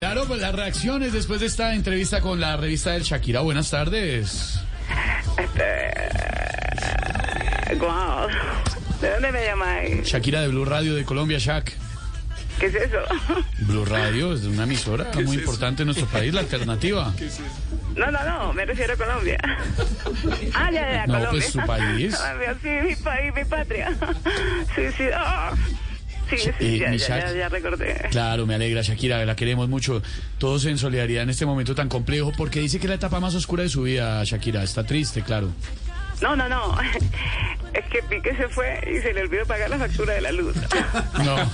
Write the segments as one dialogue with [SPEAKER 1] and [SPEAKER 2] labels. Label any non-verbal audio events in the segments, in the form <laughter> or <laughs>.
[SPEAKER 1] Claro, pues las reacciones después de esta entrevista con la revista del Shakira. Buenas tardes.
[SPEAKER 2] Wow. ¿De dónde me llamáis?
[SPEAKER 1] Shakira de Blue Radio de Colombia, Shak.
[SPEAKER 2] ¿Qué es eso? <laughs>
[SPEAKER 1] Blue Radio es una emisora muy importante en nuestro país, la alternativa.
[SPEAKER 2] No, no, no, me refiero
[SPEAKER 1] <laughs>
[SPEAKER 2] a Colombia. Ah, ya, ya,
[SPEAKER 1] No,
[SPEAKER 2] Colombia.
[SPEAKER 1] pues, su país.
[SPEAKER 2] <laughs> Ay, Dios, sí, mi país, mi patria. <laughs> Sí, sí. ah. Sí, sí,
[SPEAKER 1] Eh,
[SPEAKER 2] ya,
[SPEAKER 1] mi
[SPEAKER 2] ya,
[SPEAKER 1] Shak-
[SPEAKER 2] ya, ya recordé.
[SPEAKER 1] Claro, me alegra Shakira, la queremos mucho. Todos en solidaridad en este momento tan complejo, porque dice que es la etapa más oscura de su vida, Shakira. Está triste, claro.
[SPEAKER 2] No, no, no. <laughs> Es que Pique se fue y se le olvidó pagar la factura de la luz. <laughs>
[SPEAKER 1] No. <laughs>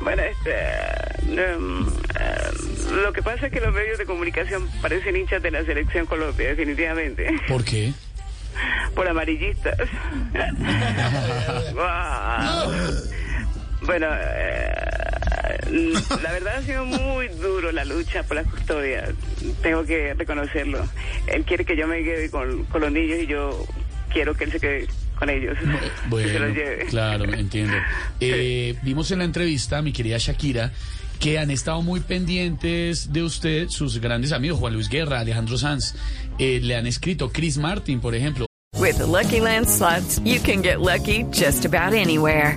[SPEAKER 2] Bueno, este, um, eh, lo que pasa es que los medios de comunicación parecen hinchas de la selección Colombia, definitivamente,
[SPEAKER 1] ¿Por qué?
[SPEAKER 2] por amarillistas. <laughs> Guau. Ah. Bueno, eh, la verdad ha sido muy duro la lucha por las custodias, tengo que reconocerlo. Él quiere que yo me quede con, con los niños y yo quiero que él se quede con ellos, que se los
[SPEAKER 1] Bueno,
[SPEAKER 2] lleve.
[SPEAKER 1] claro, entiendo. Eh, vimos en la entrevista, mi querida Shakira, que han estado muy pendientes de usted sus grandes amigos, Juan Luis Guerra, Alejandro Sanz. Eh, le han escrito Chris Martin, por ejemplo.
[SPEAKER 3] With the Lucky Land slots, you can get lucky just about anywhere.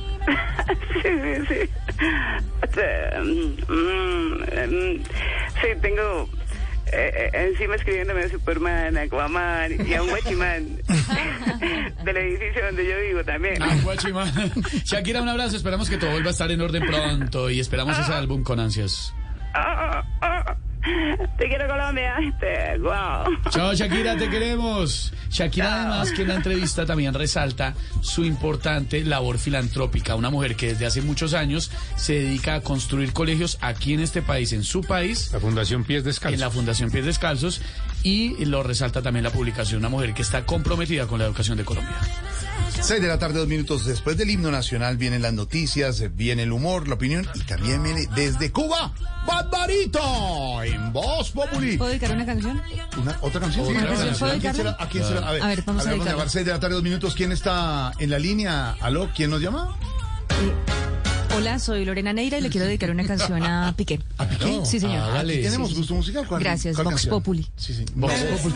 [SPEAKER 2] Sí, sí, <laughs> sí. Este, mm, mm, mm, sí, tengo eh, eh, encima escribiéndome a Superman, a Aquaman y a
[SPEAKER 1] <laughs>
[SPEAKER 2] un guachimán del edificio donde yo vivo también.
[SPEAKER 1] Ah, guachima. <laughs> Shakira, un abrazo. Esperamos que todo vuelva a estar en orden pronto y esperamos ese álbum con ansias.
[SPEAKER 2] Ah, ah, ah. <laughs> Te quiero Colombia, este, wow.
[SPEAKER 1] Chao Shakira, te queremos. Shakira además que en la entrevista también resalta su importante labor filantrópica, una mujer que desde hace muchos años se dedica a construir colegios aquí en este país, en su país,
[SPEAKER 4] La Fundación Pies Descalzos.
[SPEAKER 1] en la Fundación Pies Descalzos y lo resalta también la publicación, una mujer que está comprometida con la educación de Colombia.
[SPEAKER 5] 6 de la tarde, dos minutos después del himno nacional, vienen las noticias, eh, viene el humor, la opinión y también viene desde Cuba, Barbarito, en Voz Populi.
[SPEAKER 6] ¿Puedo dedicar una canción?
[SPEAKER 5] Una- ¿Otra canción?
[SPEAKER 1] Otra
[SPEAKER 5] ¿A quién
[SPEAKER 1] canción.
[SPEAKER 5] será? ¿A quién será? ¿A quién será? A ver,
[SPEAKER 6] A ver, vamos a dedicarla.
[SPEAKER 5] llamar 6 de la tarde, dos minutos. ¿Quién está en la línea? ¿Aló? ¿Quién nos llama?
[SPEAKER 6] Eh, hola, soy Lorena Neira y le quiero dedicar una canción a Piqué. ¿A
[SPEAKER 5] Piqué?
[SPEAKER 6] Sí, señor.
[SPEAKER 1] Ah, dale.
[SPEAKER 5] Aquí tenemos gusto musical. ¿Cuál-
[SPEAKER 6] Gracias,
[SPEAKER 5] cuál
[SPEAKER 6] Vox
[SPEAKER 5] canción?
[SPEAKER 6] Populi.
[SPEAKER 5] Sí, sí. Vox Populi.